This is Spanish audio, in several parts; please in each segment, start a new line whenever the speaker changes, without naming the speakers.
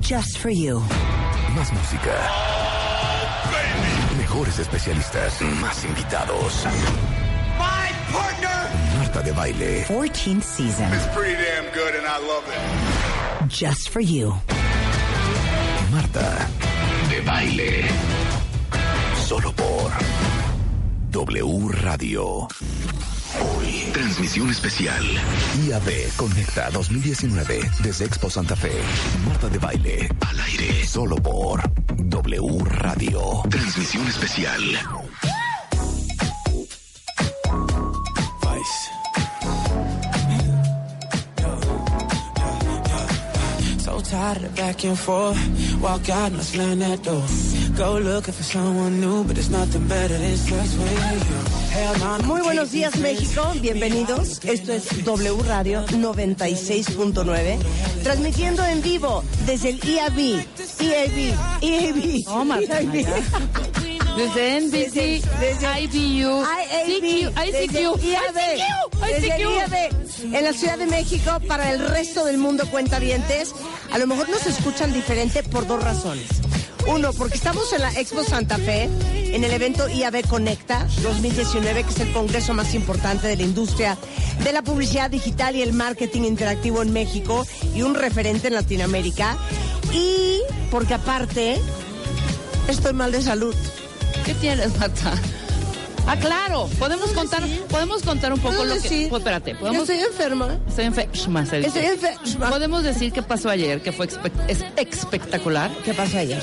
just for you.
Más música. Mejores especialistas. Más invitados.
My partner
Marta de Baile.
14th season,
is pretty damn good and I love it.
just for you.
Marta de Baile. Solo por W Radio. Hoy, transmisión especial. IAB Conecta 2019 desde Expo Santa Fe. Marta de Baile. Al aire. Solo por W Radio. Transmisión especial.
Vice. So tired of back and forth. Walk out and I slam that door. Go looking for someone new, but there's nothing better than sex with you. Hell no, no
Muy buenos días
keeping
México,
this.
bienvenidos. Esto es W Radio 96.9, transmitiendo en vivo desde el E IAB, IAB, IAB.
Oh, my God. Desde NBC,
Desde-
IBU,
IAB,
CQ,
desde
ICQ,
IAB, desde E el
ICQ.
IAB, en la Ciudad de México, para el resto del mundo cuentavientes, a lo mejor nos escuchan diferente por dos razones. Uno, porque estamos en la Expo Santa Fe, en el evento IAB Conecta 2019, que es el congreso más importante de la industria de la publicidad digital y el marketing interactivo en México y un referente en Latinoamérica. Y porque aparte, estoy mal de salud.
¿Qué tienes, Marta? Ah, claro, podemos contar, podemos contar un poco
¿Puedo
lo que...
decir?
Pues, espérate, podemos...
Estoy enferma.
Estoy enferma. se dice.
Estoy enferma.
Podemos decir qué pasó ayer, que fue espe- es- espectacular.
¿Qué pasó ayer?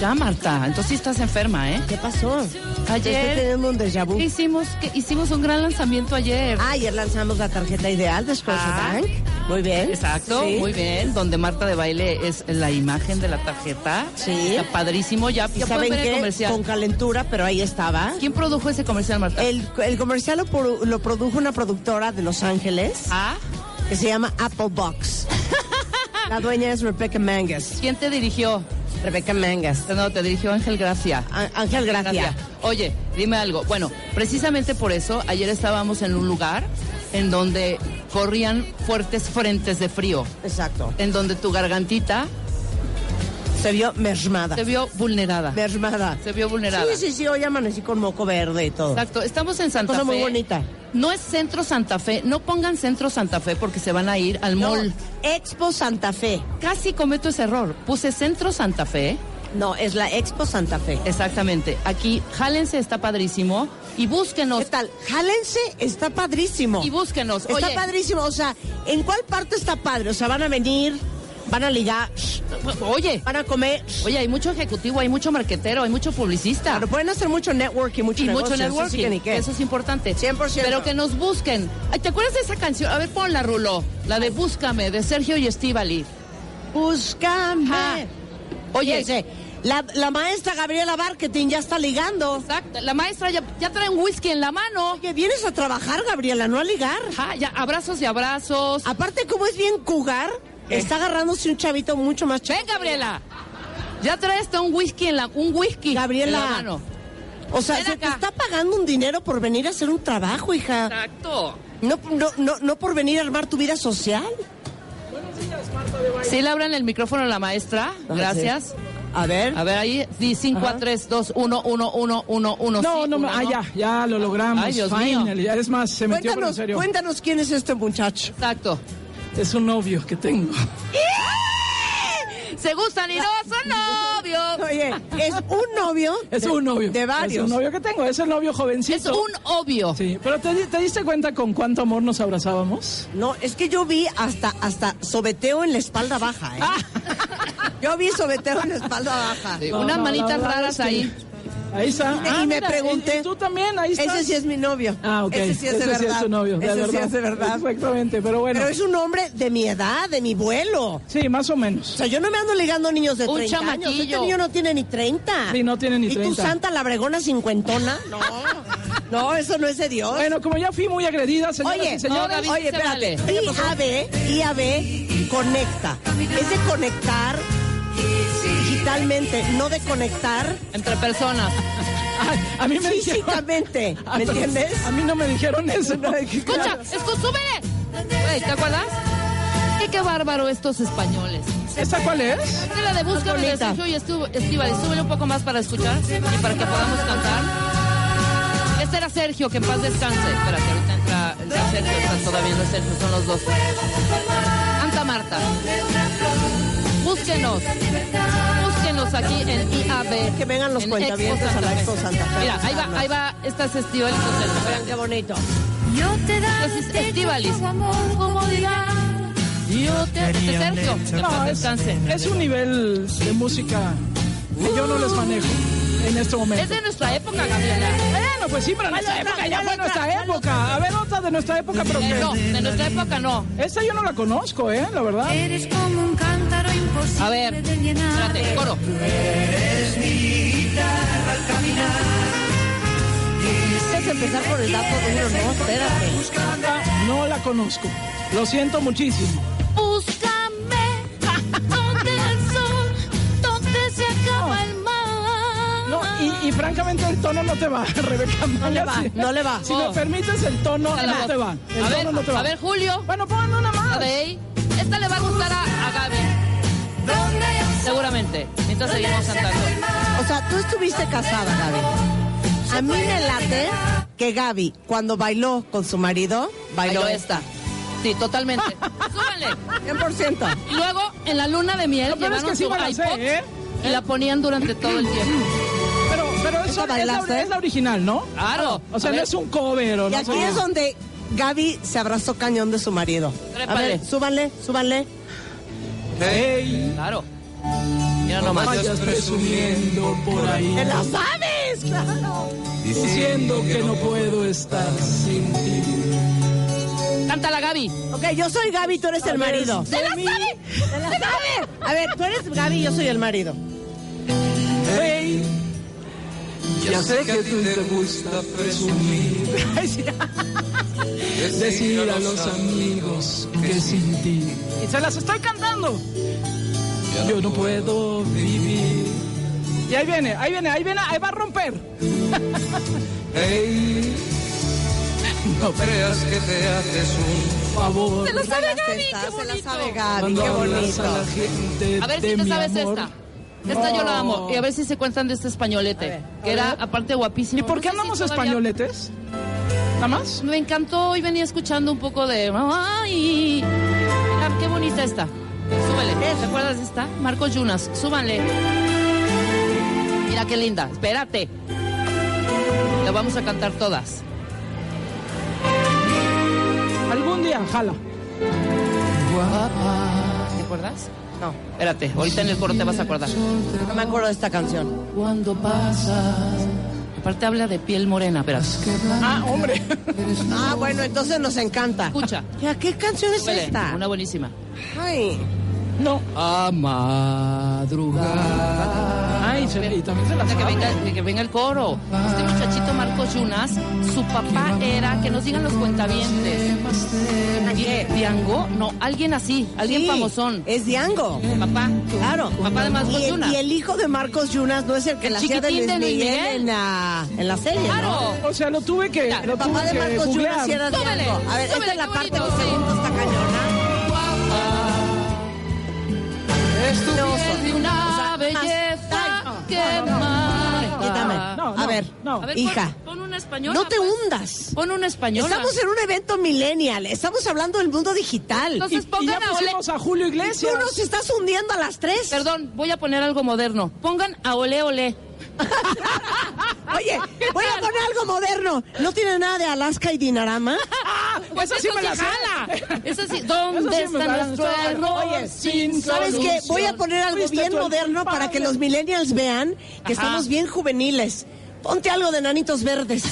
Ya, Marta, entonces sí estás enferma, ¿eh?
¿Qué pasó? Estoy
Ayer
teniendo un déjà vu.
¿qué hicimos, que hicimos un gran lanzamiento ayer.
Ah, ayer lanzamos la tarjeta ideal de
Ah.
Scotiabank. Muy bien.
Exacto,
Sí.
muy bien. Donde Marta de Baile es la imagen de la tarjeta.
Sí.
Está padrísimo. Ya,
¿Y
ya pueden
saben
ver el
qué?
comercial.
Con Eh. calentura, pero ahí estaba.
¿Quién produjo ese comercial, Marta?
El, el comercial lo, pro- lo produjo una productora de Los Ángeles
¿Ah?
que se llama Apple Box. La dueña es Rebecca Mangas.
¿Quién te dirigió?
Rebecca Mangas.
No, te dirigió Ángel Gracia.
Á- Ángel Ah, Gracia.
Oye, dime algo. Bueno, precisamente por eso, ayer estábamos en un lugar en donde corrían fuertes frentes de frío,
Exacto.
en donde tu gargantita
Se vio mermada.
se vio vulnerada.
Mermada.
Se vio vulnerada.
Sí, sí, sí. Hoy amanecí con moco verde y todo.
Exacto, estamos en Santa
Cosa
Fe.
muy bonita.
No es Centro Santa Fe, no pongan Centro Santa Fe porque se van a ir al
No,
mall.
Expo Santa Fe.
Casi cometo ese error. Puse Centro Santa Fe,
No, es la Expo Santa Fe.
exactamente. Aquí, jálense, está padrísimo. Y búsquenos.
¿Qué tal? Jálense, está padrísimo.
Y búsquenos.
Está
Oye.
padrísimo, o sea, ¿en cuál parte está padre? O sea, van a venir, van a ligar,
Oye,
van a comer.
oye, hay mucho ejecutivo, hay mucho marquetero, hay mucho publicista.
Claro, pueden hacer mucho networking, mucho
y
negocio,
mucho
eso sí
networking.
que ni qué.
Eso es importante.
100%.
Pero que nos busquen. Ay, ¿Te acuerdas de esa canción? A ver, ponla, Rulo. La de Búscame, de Sergio y Estivali.
Búscame.
Ah. Oye,
Fíjense, la, la maestra Gabriela Marketing ya está ligando.
exacto, la maestra ya, ya trae un whisky en la mano.
Oye, vienes a trabajar, Gabriela, no a ligar.
Ajá, ya, abrazos y abrazos.
Aparte, como es bien cugar, está agarrándose un chavito mucho más chico.
Eh. Ven, Gabriela. Ya traes un whisky en la un whisky
Gabriela.
en la mano.
O sea,
Ven
se te
acá.
está pagando un dinero por venir a hacer un trabajo, hija.
Exacto.
No, no, no, no por venir a armar tu vida social.
Sí, le abran el micrófono a la maestra.
Ah,
Gracias.
A ver.
A ver, ahí. Di 5 a 3, 2, 1, 1, 1, 1, 1.
No, no, no, ah, ya, ya lo logramos.
Ay, Dios
Finally.
mío.
Es más, se metió pero en
cuéntanos,
serio.
cuéntanos quién es este muchacho.
Exacto.
Es un novio que tengo.
Se Se gustan y no son novios.
Oye, es un novio.
Es
de-
un novio.
De varios.
Es un novio que tengo, es el novio jovencito.
Es un obvio.
Sí, pero ¿te, di- te diste cuenta con cuánto amor nos abrazábamos?
No, es que yo vi hasta, hasta sobeteo en la espalda baja, ¿eh? Yo vi sobeteo en la espalda baja.
Sí,
No,
unas
no, la
manitas
verdad
raras
es que-
ahí.
Ahí está. Ah,
Y me pregunté,
y- y tú también, ahí estás.
Ese sí es mi novio.
Ah, ok.
Ese sí es de
Ese
verdad.
tu novio, de
Ese
verdad.
sí es de verdad.
Exactamente, pero bueno.
Pero es un hombre de mi edad, de mi vuelo.
Sí, más o menos.
O sea, yo no me ando ligando niños de
Un
30 años. Este
chamaquillo.
niño no tiene ni 30.
Sí, no tiene ni
¿Y tú,
30.
santa labregona cincuentona? No. No, eso no es de Dios.
Bueno, como ya fui muy agredida, señoras
Oye,
y señores.
no, Gaby, sí
oye,
se
espérate.
vale.
IAB, IAB conecta. Es de conectar digitalmente, no de conectar
Entre personas.
Ay, a mí me dijeron...
físicamente.
Ah,
¿Me
pero
entiendes?
A mí no me dijeron eso.
Escucha, escu- súbele. Güey, ¿Te acuerdas? Qué, qué bárbaro estos españoles.
¿Esta cuál es?
Te la de búscame de
Bonita.
Sergio y estuvo, Estíbaliz. Súbele un poco más para escuchar y para que podamos cantar. Este era Sergio, que en paz descanse. Espérate, ahorita entra, entra Sergio, está todavía no es Sergio, son los dos. Santa Marta. Búsquenos. Búsquenos aquí en IAB.
Que vengan los
en
cuentavientes
Expo
a la
Santa
Expo
Fe.
Santa Fe.
Mira, ahí va, ahí va estas Estíbaliz. con Sergio. Espérate.
Qué bonito.
Yo te daba
Entonces,
techo,
Estíbaliz.
tu amor, comodidad.
Yo te... Este Sergio, que en
No,
paz
es,
descanse.
es un nivel de música que yo no les manejo en este momento.
Es de nuestra época, Gabriela.
Bueno, pues sí, pero nuestra
otra?
época ya
¿Cuál
fue
otra?
nuestra época. A ver, otra de nuestra época, pero
Eh, no,
que...
de nuestra época no.
Esta yo no la conozco, ¿eh? La verdad.
Eres como un cántaro imposible
A ver,
de llenar.
espérate, coro.
Quieres empezar por el dato duro, no, espérate.
Esta no la conozco. Lo siento muchísimo.
Búscame donde el sol, donde se acaba el mar.
No, y, y francamente el tono no te va, Rebeca. No
le va, no le va.
Si
Oh.
me permites, el tono
A la
no
voz.
te va. El
A
tono
ver,
no te va.
a ver, Julio.
Bueno, pon una
La
más.
de ahí. Esta le va a gustar a, a Gaby,
Donde hay un sol,
seguramente. Mientras seguimos cantando.
O sea, tú estuviste casada, Gaby. A mí me late que Gaby, cuando bailó con su marido, bailó,
Bailó esta. Sí, totalmente. Súbanle.
100%.
Y luego, en la luna de miel,
Lo peor es
llevaron
que sí
su
me la sé,
iPod
¿eh?
y la ponían durante todo el tiempo.
Pero, pero eso es la,
bailaste?
es la original, ¿no?
Claro.
O sea,
A
no
ver,
es un cover o
Y
no
aquí
sé.
es donde Gaby se abrazó cañón de su marido. A
Trépale.
ver, súbanle, súbanle.
Ey,
Claro. Mira
no
nomás.
vayas presumiendo por ahí.
¡Te la sabes! ¡Claro!
Diciendo que no puedo estar sin ti.
Cántala, Gaby.
Ok, yo soy Gaby, tú eres el marido. ¡Se la sabe! ¡Se la sabe! A ver, tú eres Gaby, yo soy el marido.
Ey, ya sé que a ti te gusta presumir. Decir a los amigos que sin ti. Y se las estoy cantando. Yo no puedo vivir. Y ahí viene, ahí viene, ahí viene, ahí va a romper. no creas que te haces un favor.
Se la sabe Gaby,
Esta,
qué
Se la
bonito.
sabe Gaby,
Cuando
qué
hablas a la
bonito.
gente
A ver
de
si te
mi
sabes
amor.
esta. Esta yo la amo. Y a ver si se cuentan de este españolete. que era, aparte, guapísimo.
¿Y por
No
qué
sé si
andamos
todavía-
españoletes? ¿Nada más?
Me encantó. Hoy venía escuchando un poco de. ¡Ay! Mira, qué bonita esta. Súbele. ¿Te acuerdas de esta? Marcos Yunas. Súbanle. Mira qué linda. Espérate. La vamos a cantar todas.
Algún día, jala.
¿Te acuerdas? No. Espérate. Ahorita en el coro te vas a acordar.
No me acuerdo de esta canción.
Cuando pasas. Aparte habla de piel morena. Espérate.
Ah, hombre.
Ah, bueno, entonces nos encanta.
Escucha.
Ya, ¿Qué canción es
Súbele.
esta?
Una buenísima.
Ay.
No.
A madrugar.
Ay, se- y también se la
Ahorita que
sabe.
venga, que venga el coro. Este muchachito Marcos Yunas, su papá era, que nos digan los cuentavientes. Die- Diango, no, alguien así, alguien
Sí,
famosón.
Es Diango.
Papá.
Claro.
Papá de Marcos
y, el-
Yunas.
Y el hijo de Marcos Yunas no es el que
El
la hacía de Luis
chiquitín de
Miguel,
Luis Miguel.
En, la, en la serie. ¿no?
Claro.
O sea, lo tuve que.
Mira,
lo
El papá
tuve que
de Marcos Yunas
googlear.
sí era
Súbele,
Diango. A ver,
súbele,
esta es la
qué
parte
bonito,
donde
sí.
segundo está cañona.
Es de una
más-
belleza
Ay, no,
que mata.
Quítame.
No,
a
no,
ver,
Ah. no.
A ver,
hija.
pon- pon una una española.
No te
pues.
hundas.
Pon una española.
Estamos en un evento millennial. Estamos hablando del mundo digital.
Entonces Y- y pongan ya a Ole- pusimos a Julio Iglesias.
Tú nos estás hundiendo a las tres.
Perdón, voy a poner algo moderno. Pongan a Ole Ole.
Oye, voy a poner algo moderno. ¿No tiene nada de Alaska y Dinarama?
Pues
Esa sí me la sé.
jala. Esa sí. ¿Dónde
Esa sí me
está
la-
nuestro
Oye,
error?
sin
¿Sabes qué?
solución.
Voy a poner algo
Fuiste
bien
tú el
moderno para que
culpable.
los millennials vean que estamos bien juveniles. Ponte algo de nanitos verdes.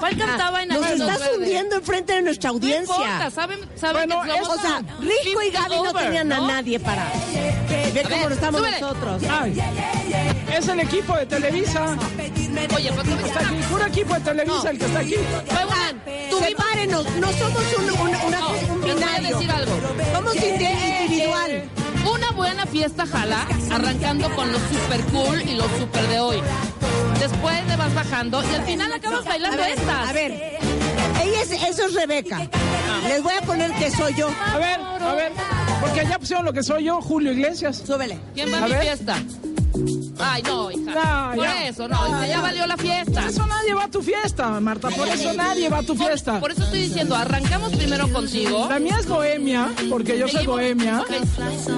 ¿Cuál cantaba en
Ah, Nos
Anito
estás
Verde?
hundiendo enfrente de nuestra audiencia.
No importa, saben, saben
Bueno,
que somos
O sea, Rico y Gaby no
over,
tenían a
¿no?
nadie para. Ve
A
cómo
ver,
estamos
súbele.
nosotros.
Ay, es el equipo de Televisa.
Oye, pues ¿cómo
Está
está?
aquí, puro equipo de Televisa el que está aquí.
Huevón, tú vi-
Sepárenos, no somos un, un, una-
No,
un
les Oh, voy a
binario.
decir algo.
Somos indi- individual.
Una buena fiesta jala, arrancando con los super cool y los super de hoy. Después le vas bajando y al final acabas
A
bailando
ver,
estas. Ah.
a ver. Ella es, eso es Rebeca. Les voy a poner que soy yo.
A ver, a ver. Porque ya pusieron lo que soy yo, Julio Iglesias.
Súbele.
¿Quién va a,
A
mi
ver.
fiesta? Ay, no, hija.
No,
por
ya.
eso, no, hija, ya valió la fiesta.
Por eso nadie va a tu fiesta, Marta. Por eso nadie va a tu
Por-
fiesta.
Por eso estoy diciendo, arrancamos primero contigo.
La mía es bohemia, porque yo soy
Seguimos.
bohemia.
Ok.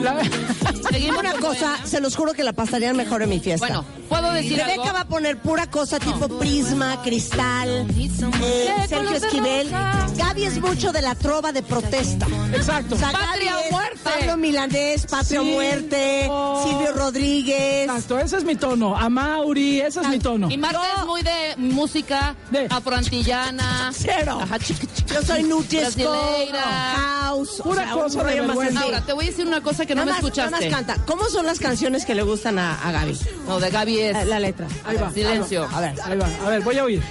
La-
Seguimos
Una
con
cosa, se los juro que la pasarían mejor en mi fiesta.
Bueno, ¿puedo decir algo?
Rebeca va a poner pura cosa tipo prisma, cristal, eh,
color
Sergio
de
Esquivel.
rosa?
Gaby es mucho de la trova de protesta.
Exacto.
O sea,
Patria
Gaby es
o muerte.
Pablo Milanés, Patria o
Sí.
Muerte,
Oh.
Silvio Rodríguez.
Exacto, ese es mi tono. A Mauri, ese es mi tono.
Y Marta es muy de música
De-
afroantillana.
Cero.
Ajá, chiqui, chiqui.
Yo soy Nutjesco,
Brasileira.
House.
Pura
un
cosa de
rollo más
vergüenza.
así.
Ahora, te voy a decir una cosa que no
Nada
me
más-
escuchaste.
nada más canta. ¿Cómo son las canciones que le gustan a, a Gaby?
No, de Gaby es.
Eh, La letra.
Ahí va.
Silencio.
A ver.
Ahí va. A ver, voy a oír.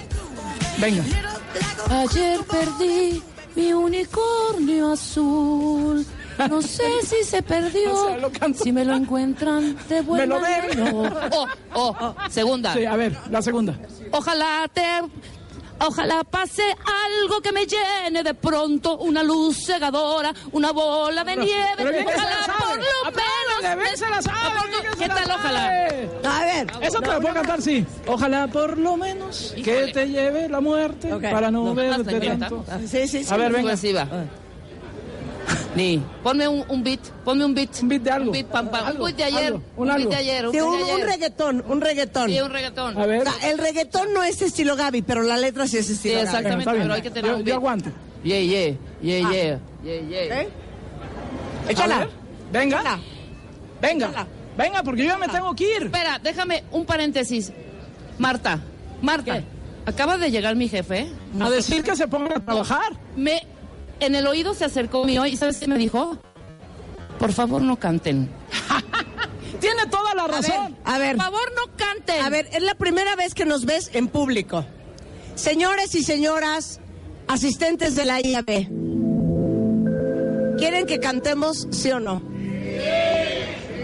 Venga.
Ayer perdí mi unicornio azul. No sé si se perdió.
O sea, lo canto.
si me lo encuentran,
Me lo
devuélvanmelo.
den.
Oh, oh, segunda.
Sí, a ver, la segunda.
Ojalá te. Ojalá pase algo que me llene de pronto, una luz cegadora, una bola de nieve.
Pero bien que se la
Ojalá
sabe.
por lo
Apláudele,
menos.
bien
me-
se Ah, la sabe,
por lo-
bien que se
¿Qué
la
tal, ojalá?
sabe.
A ver.
Esa te la puedo cantar, sí. Ojalá por lo menos
Híjole.
que te lleve la muerte
Ok.
para no,
No,
verte
basta, ya
tanto.
Sí, sí, Pues sí.
A ver, venga.
Progresiva. Ni. Ponme un, un beat, ponme un beat.
Un beat de algo.
Un beat, pam, pam.
Algo,
un beat de ayer.
algo, un
un beat
algo. Oh,
de ayer. Un
Sí, un,
beat de
un
ayer.
reggaetón, un reggaetón.
Sí, un reggaetón.
A ver.
O sea, el reggaetón no es estilo Gaby, pero la letra sí es
Sí,
estilo Gaby.
Venga,
exactamente,
está bien.
pero hay que tener
Yo-
un
Yo
beat.
aguanto.
Yeah, yeah,
Ah.
yeah, yeah, yeah, yeah.
¿Eh?
A
Échala.
ver, Venga. Venga. Venga, porque yo ya me tengo que ir.
Espera, déjame un paréntesis. Marta, Marta, acaba de llegar mi jefe.
A decir que se pongan a trabajar.
Me, en el oído se acercó mío y ¿sabes qué me dijo? Por favor, no canten.
Tiene toda la
A ver,
razón.
a ver,
Por favor, no canten.
a ver, es la primera vez que nos ves en público. Señores y señoras, asistentes de la IAB, ¿quieren que cantemos sí o no?
Eh.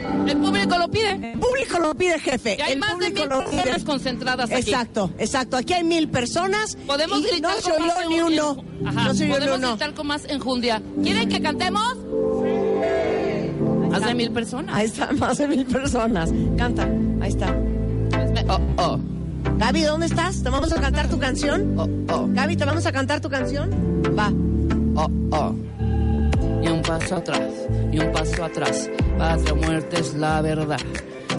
Ah, el público lo pide.
El público lo pide, jefe.
Y hay
el
más de
público
mil
lo pide.
personas concentradas aquí.
Exacto, exacto. Aquí hay mil personas.
Podemos
y
gritar
no se
con más
oyó ni
enju-
uno.
Ajá,
No se oyó ni
podemos
uno.
gritar con más enjundia. ¿Quieren que cantemos? Más de mil personas.
Ahí está, más de mil personas. Canta, ahí está.
Oh, oh,
Gaby, ¿dónde estás? ¿Te vamos a cantar tu canción?
oh, oh.
Gaby, ¿te vamos a cantar tu canción? Va.
oh, oh. Ni un paso atrás, ni un paso atrás. Patria, muerte es la verdad.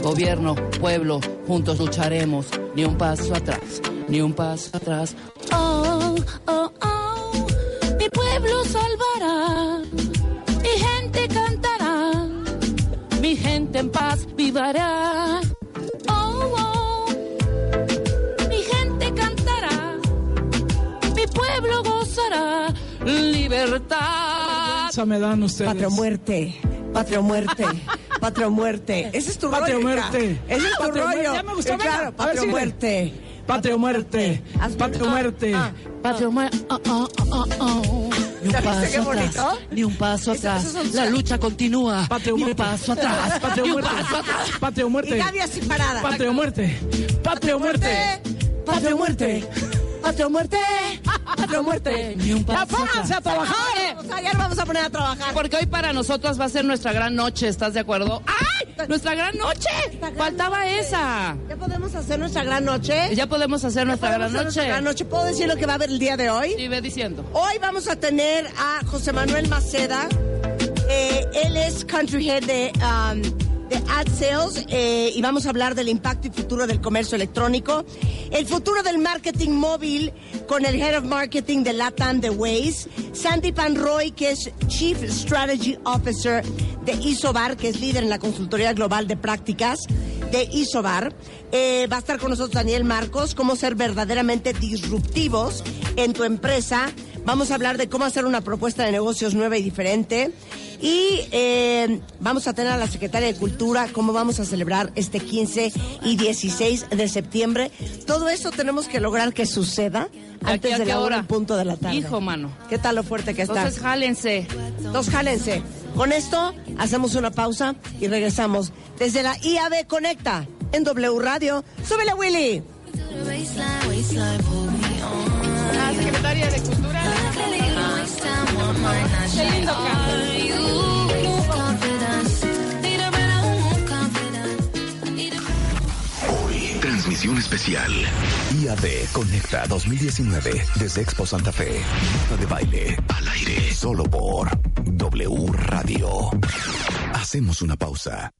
Gobierno, pueblo, juntos lucharemos. Ni un paso atrás, ni un paso atrás.
Oh, oh, oh, mi pueblo salvará, mi gente cantará,
Mi gente en paz vivará.
oh, oh, mi gente cantará, mi pueblo gozará.
Libertad.
Esa me dan ustedes.
Patria o muerte, patria o muerte, patria o muerte. Ese es tu
Patria o
rollo. hija.
muerte.
Ese es tu
Patria o muerte.
rollo.
Ya me gustó,
Eh,
venga. A
Claro,
ver,
patria o
síguele.
muerte.
Patria o muerte.
Hazme-
Patria o muerte.
Ah,
Patria, ma- ah, ah, ah, ah, oh. Ni
¿Ya
un
viste qué
paso
bonito?
atrás, ni un paso
Eso-
atrás.
eso es un-
La lucha continúa.
Patria o
Ni un
muerte.
paso atrás,
Patria o
ni un
muerte.
paso atrás.
Patria o
Y
muerte.
Gaby así parada.
Patria o muerte. Patria o muerte.
Patria o muerte. Patria o muerte. Patria o muerte.
Ni un
Ya
paso atrás.
pónganse a trabajar.
O sea, ya nos vamos a poner a trabajar.
Porque hoy para nosotros va a ser nuestra gran noche, ¿estás de acuerdo? ¡Ay! nuestra gran noche. Faltaba esa.
¿Ya podemos hacer nuestra gran noche?
Ya podemos hacer nuestra
podemos
gran
hacer
noche.
nuestra gran noche. ¿Puedo decir lo que va a haber el día de hoy?
Y ve diciendo.
Hoy vamos a tener a José Manuel Maceda. Eh, él es country head de, um, de Ad Sales eh, y vamos a hablar del impacto y futuro del comercio electrónico. El futuro del marketing móvil con el head of marketing de LATAM de Waze. Sandy Panroy, que es Chief Strategy Officer de Isobar, que es líder en la consultoría global de prácticas de Isobar. Eh, va a estar con nosotros Daniel Marcos, cómo ser verdaderamente disruptivos en tu empresa. Vamos a hablar de cómo hacer una propuesta de negocios nueva y diferente. Y eh, vamos a tener a la secretaria de Cultura, cómo vamos a celebrar este 15 y 16 de septiembre. Todo eso tenemos que lograr que suceda
aquí
antes
a
de
qué
la hora
hora?
en punto de la tarde.
Hijo, mano.
¿Qué tal lo fuerte que está?
Entonces, jálense.
Dos jálense. Con esto hacemos una pausa y regresamos desde la IAB Conecta en W Radio. ¡Súbele, Willy!
La secretaria de Cultura.
Qué lindo
Hoy, transmisión especial. IAB Conecta 2019 desde Expo Santa Fe. Nota de baile al aire solo por W Radio. Hacemos una pausa.